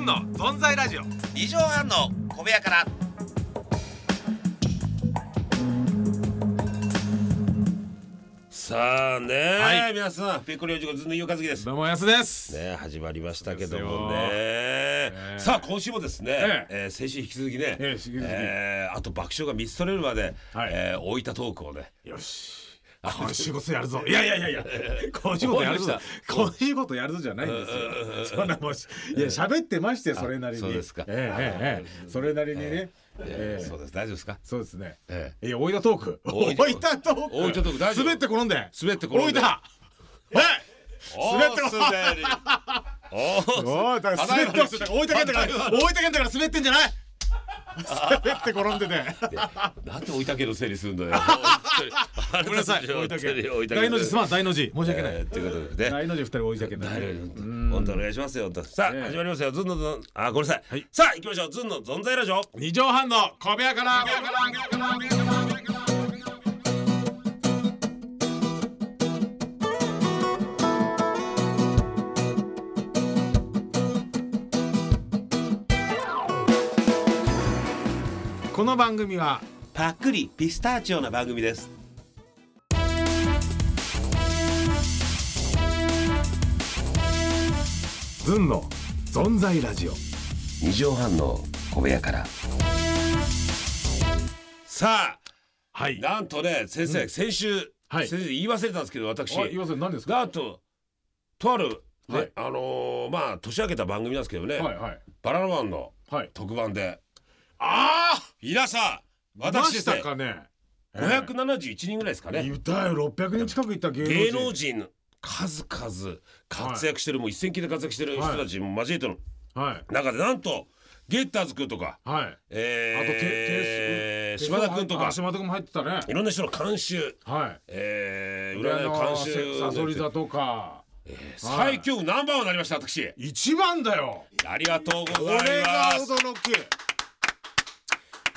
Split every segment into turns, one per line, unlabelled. の存在ラジオ
二畳半の小部屋からさあね、
はい
皆さんペコリおじこずんのゆうかずきです
どうもやすです
ね始まりましたけども
そう
ね
すよええ
さあ今週もですね、
え
えー先週引き続きね、
ええ引き続き
えーあと爆笑が見つ取れるまで、
はい
えー大分トークをね
よし今週こそやるぞいやいやいやいや 今週こそやるぞ
思い
今週こそやるぞじゃないんですよそんなもんしいや喋ってましてそれなりに
そうですか
ええええええそれなりにね
え
え
ー
え
そうです大丈夫ですか
そうですね
え
いや大分トーク
大
大
分
分トーク
大分トーク大丈夫
滑って転んで
滑って転んで
大分え滑ってこ
おー滑りお ー
おいだから滑ってます大分県だから
ただいま
大分県だから滑ってんじゃない 滑って転んでて
なんで追いたけのせいにするんだよ。
ごめんなさい大
追い
分
たけ
県
の。
大の字す
ま
まん大の字申し訳ない
ということでね。
大の字二人大分県だ
大
ね
の字本当お願いしますよ。本当さあ
ねえ
始まりますよ。ずんのぞんあごめんなさ
はい
い。さあ行きましょう。ずんの存在ラジオ。
二畳半の小部屋から。この番組は
パックリピスタチオな番組です。
ズンの存在ラジオ。
二畳半の小部屋から。さ
は
あ
い。
なんとね先
う
生
ん
先週
はい
先生言い忘れたんですけど私
あ、岩瀬何ですか。
なんととあるね
はい
あのーまあ年明けた番組なんですけどね
はいはい
バラのワンの
はい。
特番で
あ
皆さん
あ、出
私で
し
すね
たかね。
571人ぐらいですかね
いたよ600人近くいった芸
芸
能
能
人
人の数々活躍してる、もう一線級で活躍してる人たちも交えての
はい
中でなんとゲッターズくんとか、
はい
えー、
手
島田くんと
あ
か
島田君も入ってたね
いろんな人の監修、
は
え
い
ー、裏の
あ
監
の
修
サソリ座とか
最強ナンバーワンになりました私
一番だよ
ありがとうご
こ
ざ
れ
い
が
ます
驚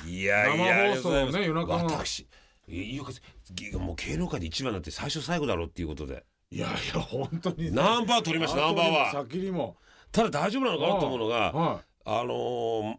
き
いやいや
生放送ね
ありがとうございます
夜中の
私いゆうかさんぎもう芸能界で一番なんて最初最後だろうっていうことで
いやいや本当に
ナンバー取りましたナンバーワン
先にも
ただ大丈夫なのかなと思うのが
は
あのー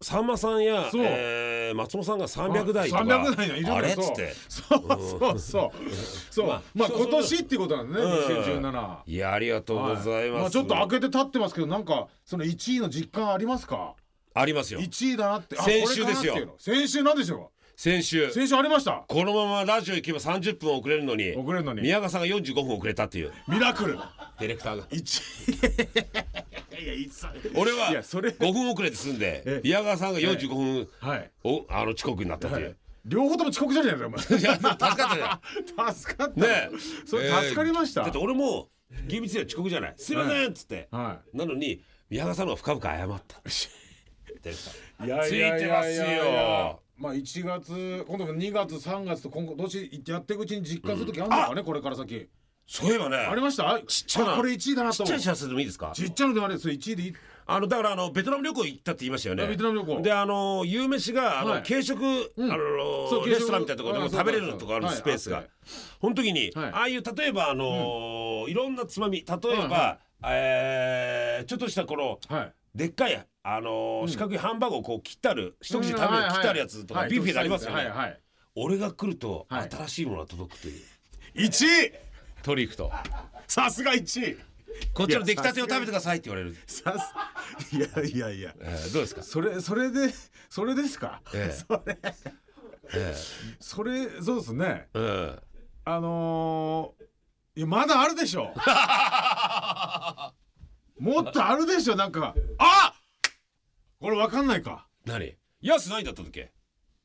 さんまさんや、
そう
えー、松本さんが
い
300台とか
300台のいるんだ
あれっ
そう
つって
そうそうそうそう
ま
ま
あ
あ
そうそう
今年っていうことなんだね
うん
2017
いやありがとうございます、
はあちょっと開けて立ってますけどなんかその1位の実感ありますか
ありますよ
1位だなってあ
先週ですよ
これかなっていうの先週なんでしょ
先週
う先週ありました
このままラジオ行けば30分遅れるのに
遅れるのに
宮川さんが45分遅れたっていう
ミラクル
ディレクターが
1位いやいや
俺はい
やそれ
5分遅れて済んで
え
宮川さんが45分
はい
おあの遅刻になったって、
はいいう両方とも遅刻じゃねえかよお 前
いや助かったじゃん
助かった
ね
ねそれ助かりました
えーだって俺も厳密には遅刻じゃないすいませんっつって、
は
なのに宮川さんの方が深々謝ったディレクター
いいやいやいやいや
ついてますよ
まあ1月今度2月3月と今後年やっていくうちに実感する時あるのかねこれから先
そういえばね
ありました
ちっちゃな
あこれ1位だな
ち
と
っち
思
ゃ
う
い
ち
写真でもいいですか
っちゃなのであれそれ1位でいい
あのだからあのベトナム旅行行ったって言いましたよね
ベトナム旅行
であの夕飯があの、
はい
軽食、
ん
あ
そう
の
軽食
レストランみたいなところでも
あそ
食
うか
べれるとこある
はい
スペース
あっ
が
て
その時に、
はい
ああいう例えばあの、いろんなつまみ例えば、
はいは
えーちょっとしたこの
はい
でっかいあの、四角いハンバーグをこう切ってある一口で食べる、
うんはいはい
切ってあるやつとか、
はい
ビュッフェでありますよね、
はいはい
俺が来ると、
はい
新しいものが届くという
1位
トリックと
さすが1位
こっちの出来たてを食べてくださいって言われる、
さすいやいやいや
えーどうですか
それそれでそれですか、
ええ
それ
え
それそうですね
えうん
あのー、いやまだあるでしょもっとあるでしょなんかあこれわかんないか
何安何だったっけ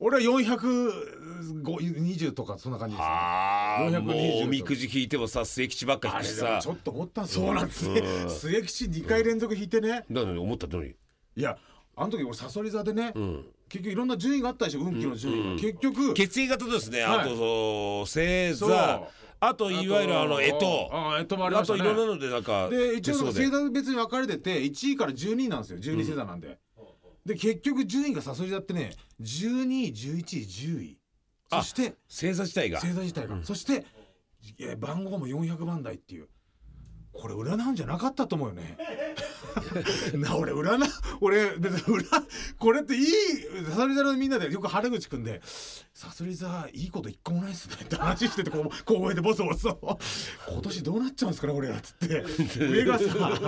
俺は420とかそんな感じですね
ああ
420
もうおみくじ引いてもさ末吉ばっか
あ
引く
れ
し
でも
さ
ちょっと思ったんですよそうなんですね
うん
末吉2回連続引いてね
なのに思った通り
いやあの時俺さそり座でね、
うん
結局いろんな順位があったでしょ運気の順位が、結局
血液型とですね、あ
はい
とそう星
そう
座あといわゆるあの干支
ああ干支もあり
あ
ました
とい
ね
ろんなのでなんか
で一応
手相
星座別に分かれてて1位から12位なんですよ12星座なんで、で結局順位がサソリ座ってね12位11位10位
あ
そして
星座自体が
星座自体が、そしてえー番号も400番台っていうこれ占うんじゃなかったと思うよ ね。な俺占俺別に占これっていいサソリ座のみんなでよく原口くんで「サソリ座いいこと一個もないっすね」って話しててこう公園でボソボソ「今年どうなっちゃうんですかね俺ら」っつって上がさ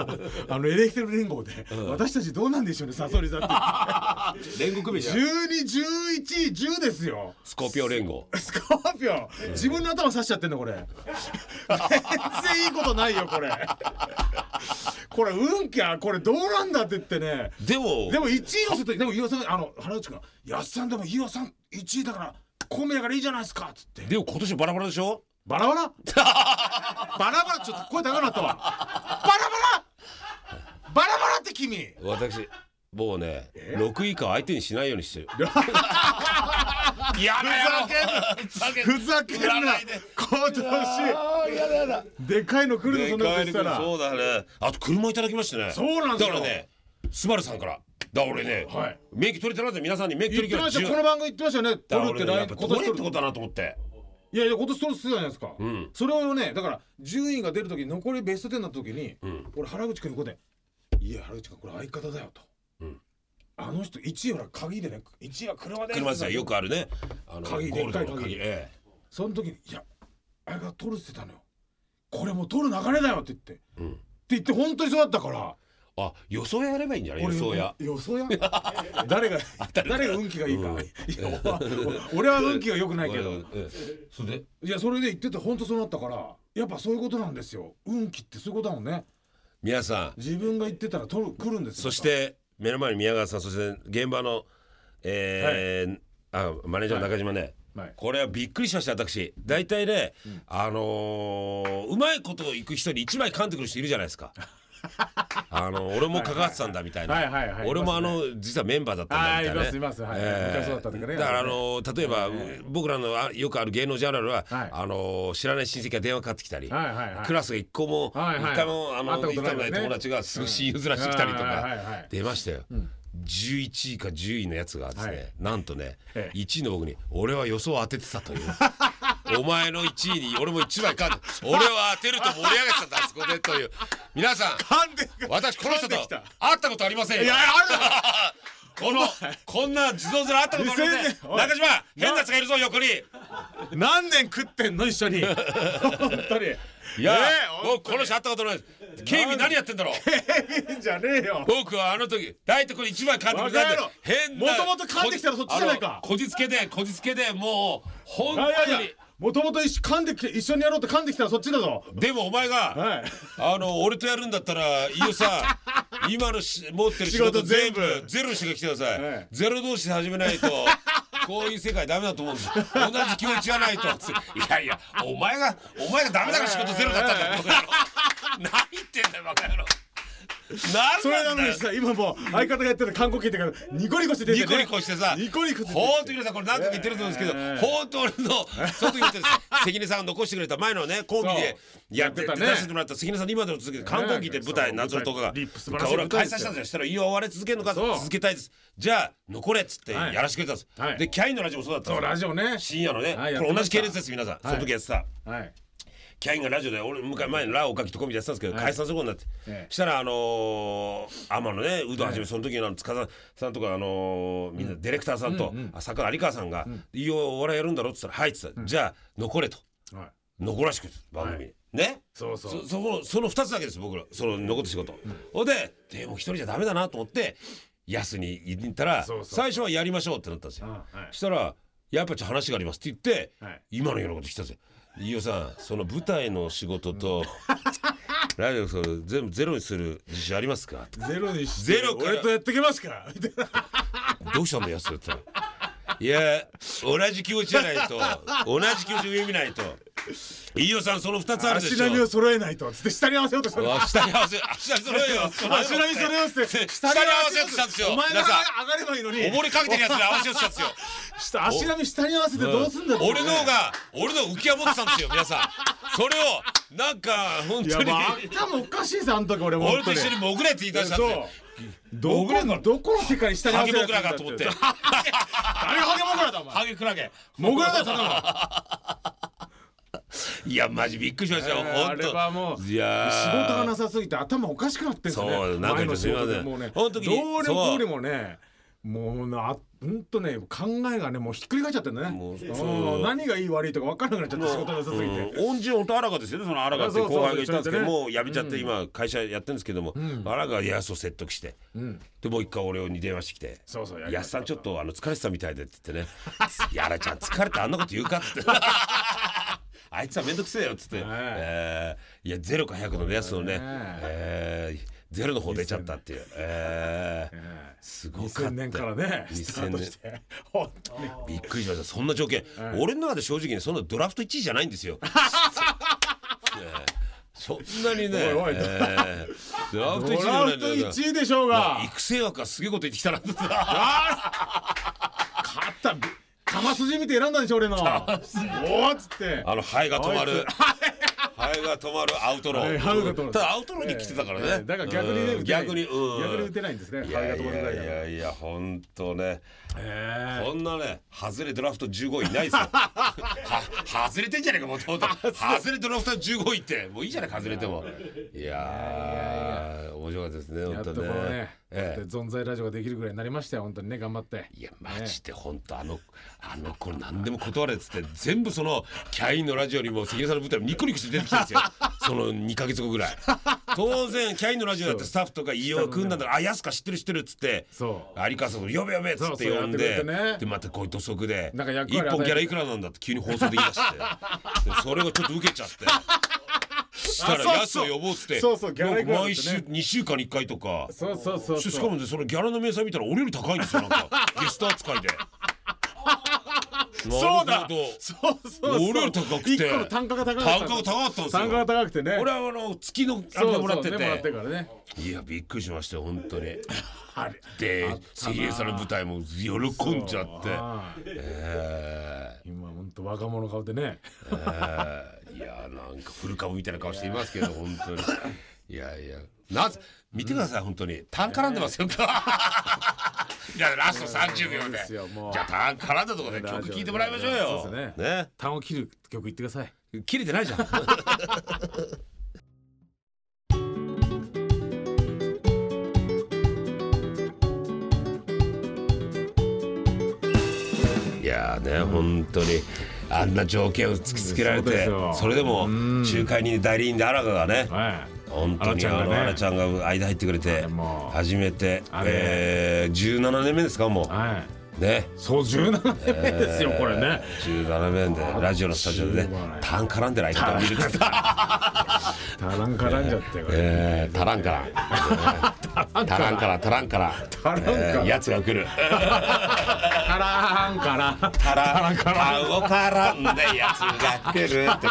あのエレキテル連合で、私たちどうなんでしょうねサソリ 座って
煉獄部じゃん
121110ですよ。
スコーピオ連合
スコーピオン自分の頭刺しちゃってんのこれ全然いいことないよこれこれ運気はこれどうなんだって言ってね
でも
でも1位の人ってでも飯尾さんあの原内君「安さんでも飯尾さん1位だから小宮からいいじゃないですか」っつって
でも今年バラバラでしょ
バラバ ラバラバラちょっと声高くなったわバラバラバラバラって君
私もうね6位以下は相手にしないように してるやだふざけんな
ふざけんな
占いで
今年
あーやだやだ
でかいの来るのそんなこと
で
し
かい
た
の
ら
そうだねあと車いただきましてね
そうなんですよ
だからねスバルさんからだから俺ね、
はい
免許取れてなぜ皆さんに免許取り
言ってました
10
この番組言ってましたよね
だから
取るって
俺ねや
来
っぱ取
今年
れって
取
こと
る
だなと思って
いやいや今年取るって言ってたじゃないですか、
ん
それをねだから順位が出る時残りベスト10になった時に、
ん
俺原口君横で「いや原口君これ相方だよ」と。
うん
あの人1位は鍵でね1位は車で
車ですよよ
く
くあるねあの
鍵
ゴールドの
でっかい鍵
え
その時に「いや相方取る」って言ってたのよこれもう取る流れだよって言って、
うん
って言って本当にそうだったから
えあ予想屋やればいいんじゃない予想屋
予想 や誰が誰が運気がいいか、
うん
いやお俺は運気が良くないけど、
うんうんそれで
いやそれで言ってて本当そうなったからやっぱそういうことなんですよ運気ってそういうことだもんね
皆さん
自分が言ってたら取る来るんですよ
そして目の前に宮川さんそして現場のえーあマネージャーの中島ね、
はい
これはびっくりしました私大体ね、あのーうまいこといく人に一枚噛んでくる人いるじゃない ですかあの俺も関わってたんだみたいな、
はいはいはい
俺もあ
いますね
の、実はメンバーだったんだみたいな、
はいいますいますはい昔そうだったんだけどね
だからあのー例えば、僕らのあよくある芸能ジャンルは、
はい
あのー知らない親戚が電話かかってきたり、
はいはいはい
クラスが一個も一、
はいはい
回もあ
会っ
の
た
行
こ
った
と
こ
ない
とない友達がすぐ親友ずらしてきたりと
うんはいはいはいは
か
い
出ましたよ。11位か10位のやつがですね、
はい
なんとね、
ええ
1位の僕に「俺は予想を当ててた」という 「お前の1位に俺も1枚かんで俺は当てると盛り上げてたんだあそこで」という皆さん
噛んで
私この人と
噛んできた
会ったことありませんよ。
いや
このこんな地蔵面会ったことありません
店でおい
中島変なやつがいるぞ横に
ある何年食ってんの一緒に本当に
いや、
ねえ
僕この人会ったことないです警備何やってんだろう
いいんじゃねえよ
僕はあの時大体これ一枚噛んでくれたんで
バカ
変な
もともと噛んできたらそっちじゃないか
あのこじつけでこじつけでもう本
いやい
当
やい
に
やもともと一緒噛んできて一緒にやろうって噛んできたらそっちだぞ
でもお前が
はい
あの俺とやるんだったらいいよさ 今のし持ってる仕事
仕事
全
全
部
部
ゼロにしてきてくださ
はいい
ゼロ同士で始めないとこういう世界ダメだと思うんです同じ気持ちが ないとついやいやお前がお前がダメだから仕事ゼロだったんだ よバカ野郎何言ってんだよバカ野郎
そ
何
れ
な
なんの
だ
に
よ
さ今もう相方がやってた観光聞いてからニコニコして出て
ニ
ね
コニコしてさ、
ニコニコして出て
ほんと皆さんこれ何回か言ってると思うんですけど、
ええ
ほんと俺のその時言 ってるんですよ関根さんが残してくれた前のねコンビで
そう
やって
やってた
出
ね
させてもらった関根さんの今での続きで観光機って舞台
そう
夏のとかが
リップ素晴らしい
俺は
舞台
解
で
散
すよ
したんですよしたらいいよ終わり続けるのか
そう
続けたいですじゃあ残れっつって
はい
やらしてくれたんです、
はい
でキャインのラジオもそうだったん
そう
ですよ
ラジオね
深夜のね、
はいやっ
こ
て
れ
ま
同
した
じ系列です皆さん、その時やってた
はい
キャインがラジオで俺昔前のラオカキとコンビでやってたんですけど、
はい
解散することになって、
ええ
したらあのー、天野ねウドはじめ、
ええ
その時のあの塚さんとかあのーみんなディレクターさんと、
うんうん
あ坂有川さんが「いいよお笑いやるんだろ」っつったら「はい」っつったら、じゃあ残れ」と
はい
残らしく番組に、ね
そうそう
そそこのその2つだけです僕らその残った仕事、ほんででも一人じゃダメだなと思って安に行ったら
そうそう
最初はやりましょうってなったんですよ、
あはい
したら「やっぱちょっと話があります」って言って、
はい
今のようなことしたんですよ。飯尾さんその舞台の仕事と、 ラジオそれ全部ゼロにする自信ありますか?」とか
ゼロにして
ゼロから
俺とやってきますからみたい
「
な
どうしたんだ安」って言ったら「いや同じ気持ちじゃないと同じ気持ち上見ないと飯尾さんその2つあるでしょ」
足並みを揃えないとつって下に合わせようとしたの
わ下に合わせ足並み揃えよ
足並み揃えようって
下に合わせようとしたんですよ
お前が
皆
上
さ
がればいいのに
ん溺れかけてるやつに合わせようとしたんですよ
下足並み下に合わせてどうすんだって
俺の方が俺の方が浮き上がってたんですよ皆さんそれをなんか本
いや
当に
まあ頭おかしいさあの時俺も
俺と一緒に潜れって言い出したんです
そう
よ
どこのどこの世界に下に合
ハゲ
わせよ
モ
う
グラかと思って
誰がハゲモグラだお前
ハゲクラゲ
モグラだよただの
いやマジびっくりしましたよ、
えー
ほんと
あれはもう
いや
仕事がな
さ
さすぎて頭おかしくなってんすね
そうなんか
前の
す
仕事
い
で
ません
もうね
ほんとに
どうでもこうでもねもうなほんとね考えがねもうひっくり返っちゃってね
もうそう
うん何がいい悪いとか分からなくなっちゃって仕事がなさすぎて。
恩人音荒川ですよねその荒川って
そうそうそう
後輩がいたんですけど
そうそう
もう辞めちゃって今会社やってるんですけども荒川やすを説得して
うん
でもう一回俺に電話してきて
そうそうやりま
や
し
す
た
さんちょっとあの疲れてたみたいで」って言ってね「やらちゃん疲れてあんなこと言うか」っ つって。あいつはめんどくせえよっつって、えーいやゼロか100の目安のね、
ね
えーゼロの方出ちゃったっていう、えー
ええ
すごかった
2000年からねスタートして本当に
びっくりしましたそんな条件、
え
俺の中で正直にそんなドラフト1位じゃないん ですよ。えーそんなにね、
おいおい
えードラフト1位
ド
じゃ
ラ
ない
フ
ん
ト
だよ
1位でしょうが
育成枠はすげえこと言ってきたなって
勝った玉筋見て選んだでしょ俺のおーっつって
あの肺が止ま
あい
る
つ
肺が止まるアウトロ
はい
ー
ハウが止まる
ただアウトローに来てたからね、
ええだから逆にね
うん
打てない
逆に、うん
逆に打てないんですね
い
ハ
や
が
い
止まるぐら
や
い
い
だから
やいや本当ね
え
こんなね外れドラフト15位ないです よは外れてんじゃねえかもと もと外れドラフト15位ってもういいじゃない外れてもいやー面白かったですね
えや
本
っと
当ね
このね
ええ
だって存在ラジオができるぐらいになりましたよ本当にね頑張って
いやマジで本当あのあの子何でも断れっつって全部そのキャインのラジオにも関根さんの舞台もニコニコして出てきたんですよその2か月後ぐらい当然キャインのラジオだってスタッフとか飯尾君なんだから「あ安か知ってる知ってる」っつって
そう
有川さんも「呼べ呼べ」っつ
そう
っ
そう
て呼んで
やってくれてね
でまたこういう土足で
なんか
「
役
一
割与えて
本ギャラいくらなんだ」って急に放送で言い出してでそれがちょっと受けちゃって。したら
あ
ヤス
そ
を
うそ
呼
う
ぼうっつって
そうそうギャラいくら
なんか
なん
毎
てね
週2週間に1回とか
そうそうそうそう
ししかもねそのギャラの明細見たら俺より高いんですよなん かゲスト扱いで。
そう
な
だ
るほ
そうそうそう
俺より高くて
一個の単価が高
ど
かった
単価が高かったんですよ。
単価が高くてね
俺はあの月のあ
そう
れ
そ
で
う
もらってて
ねもらってからね
いやびっくりしましたよ本当に。
あれ
で
あったな
関根さんの舞台も喜んじゃって。
ああ
え
今本当若者顔でね
ーえーいやなんか古株みたいな顔していますけど本当に。いやいやな見てください本当に単絡んでますよ。 いやラスト30秒で。
すよもう
じゃあターン絡んだところで曲聴いてもらいましょうよ。
そうです
ね。
単を切る曲言ってください
切れてないじゃん。 いやーね、本当にあんな条件を突きつけられ
そうで
て
すよ
それでも仲介人代理人で荒川がね
は
本当に
荒ちゃ
あ
んが
の
ね
荒ちゃんが間入ってくれて
いもう
初めて
あ、れ
えー、17年目ですかも
はい。
うね
そう17年目ですよ、これね。
17面でラジオのスタジオでねタン絡んでる相方を見るって
タラン絡んじゃってこれ。
えー、タランから、えー、タランからタランから
タランから
えーやつが来る
タランから。
タランからを絡んでやつが来るって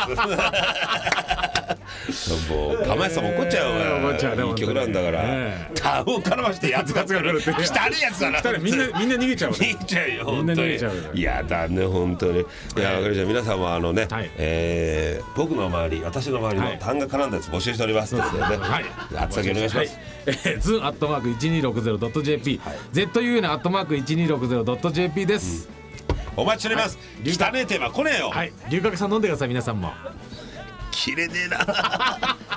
もう釜石さんも怒っちゃうよ、
えー怒っちゃうね
いい曲なんだから、
え
タンを絡ましてやつが来る
やつが来るって
汚いやつだな
たらみんなみんな逃げちゃうね。
逃げちゃうよ
み
本
んな
当
逃
に
げちゃうよ
いやだね本当にいやわかりました皆さんもあのね、
はい
えー僕の周り私の周り
はい
の単が絡んだやつ募集しておりますのでね、
はい
あつ先お願いします、
えー、ズンアットマーク一二六ゼロドット JP、ZU のアットマーク一二六ゼロドット JP です。
お待ちしております、汚ねえテーマ来ねえよ、
はい、龍角さん飲んでください皆さんも。
切れねえな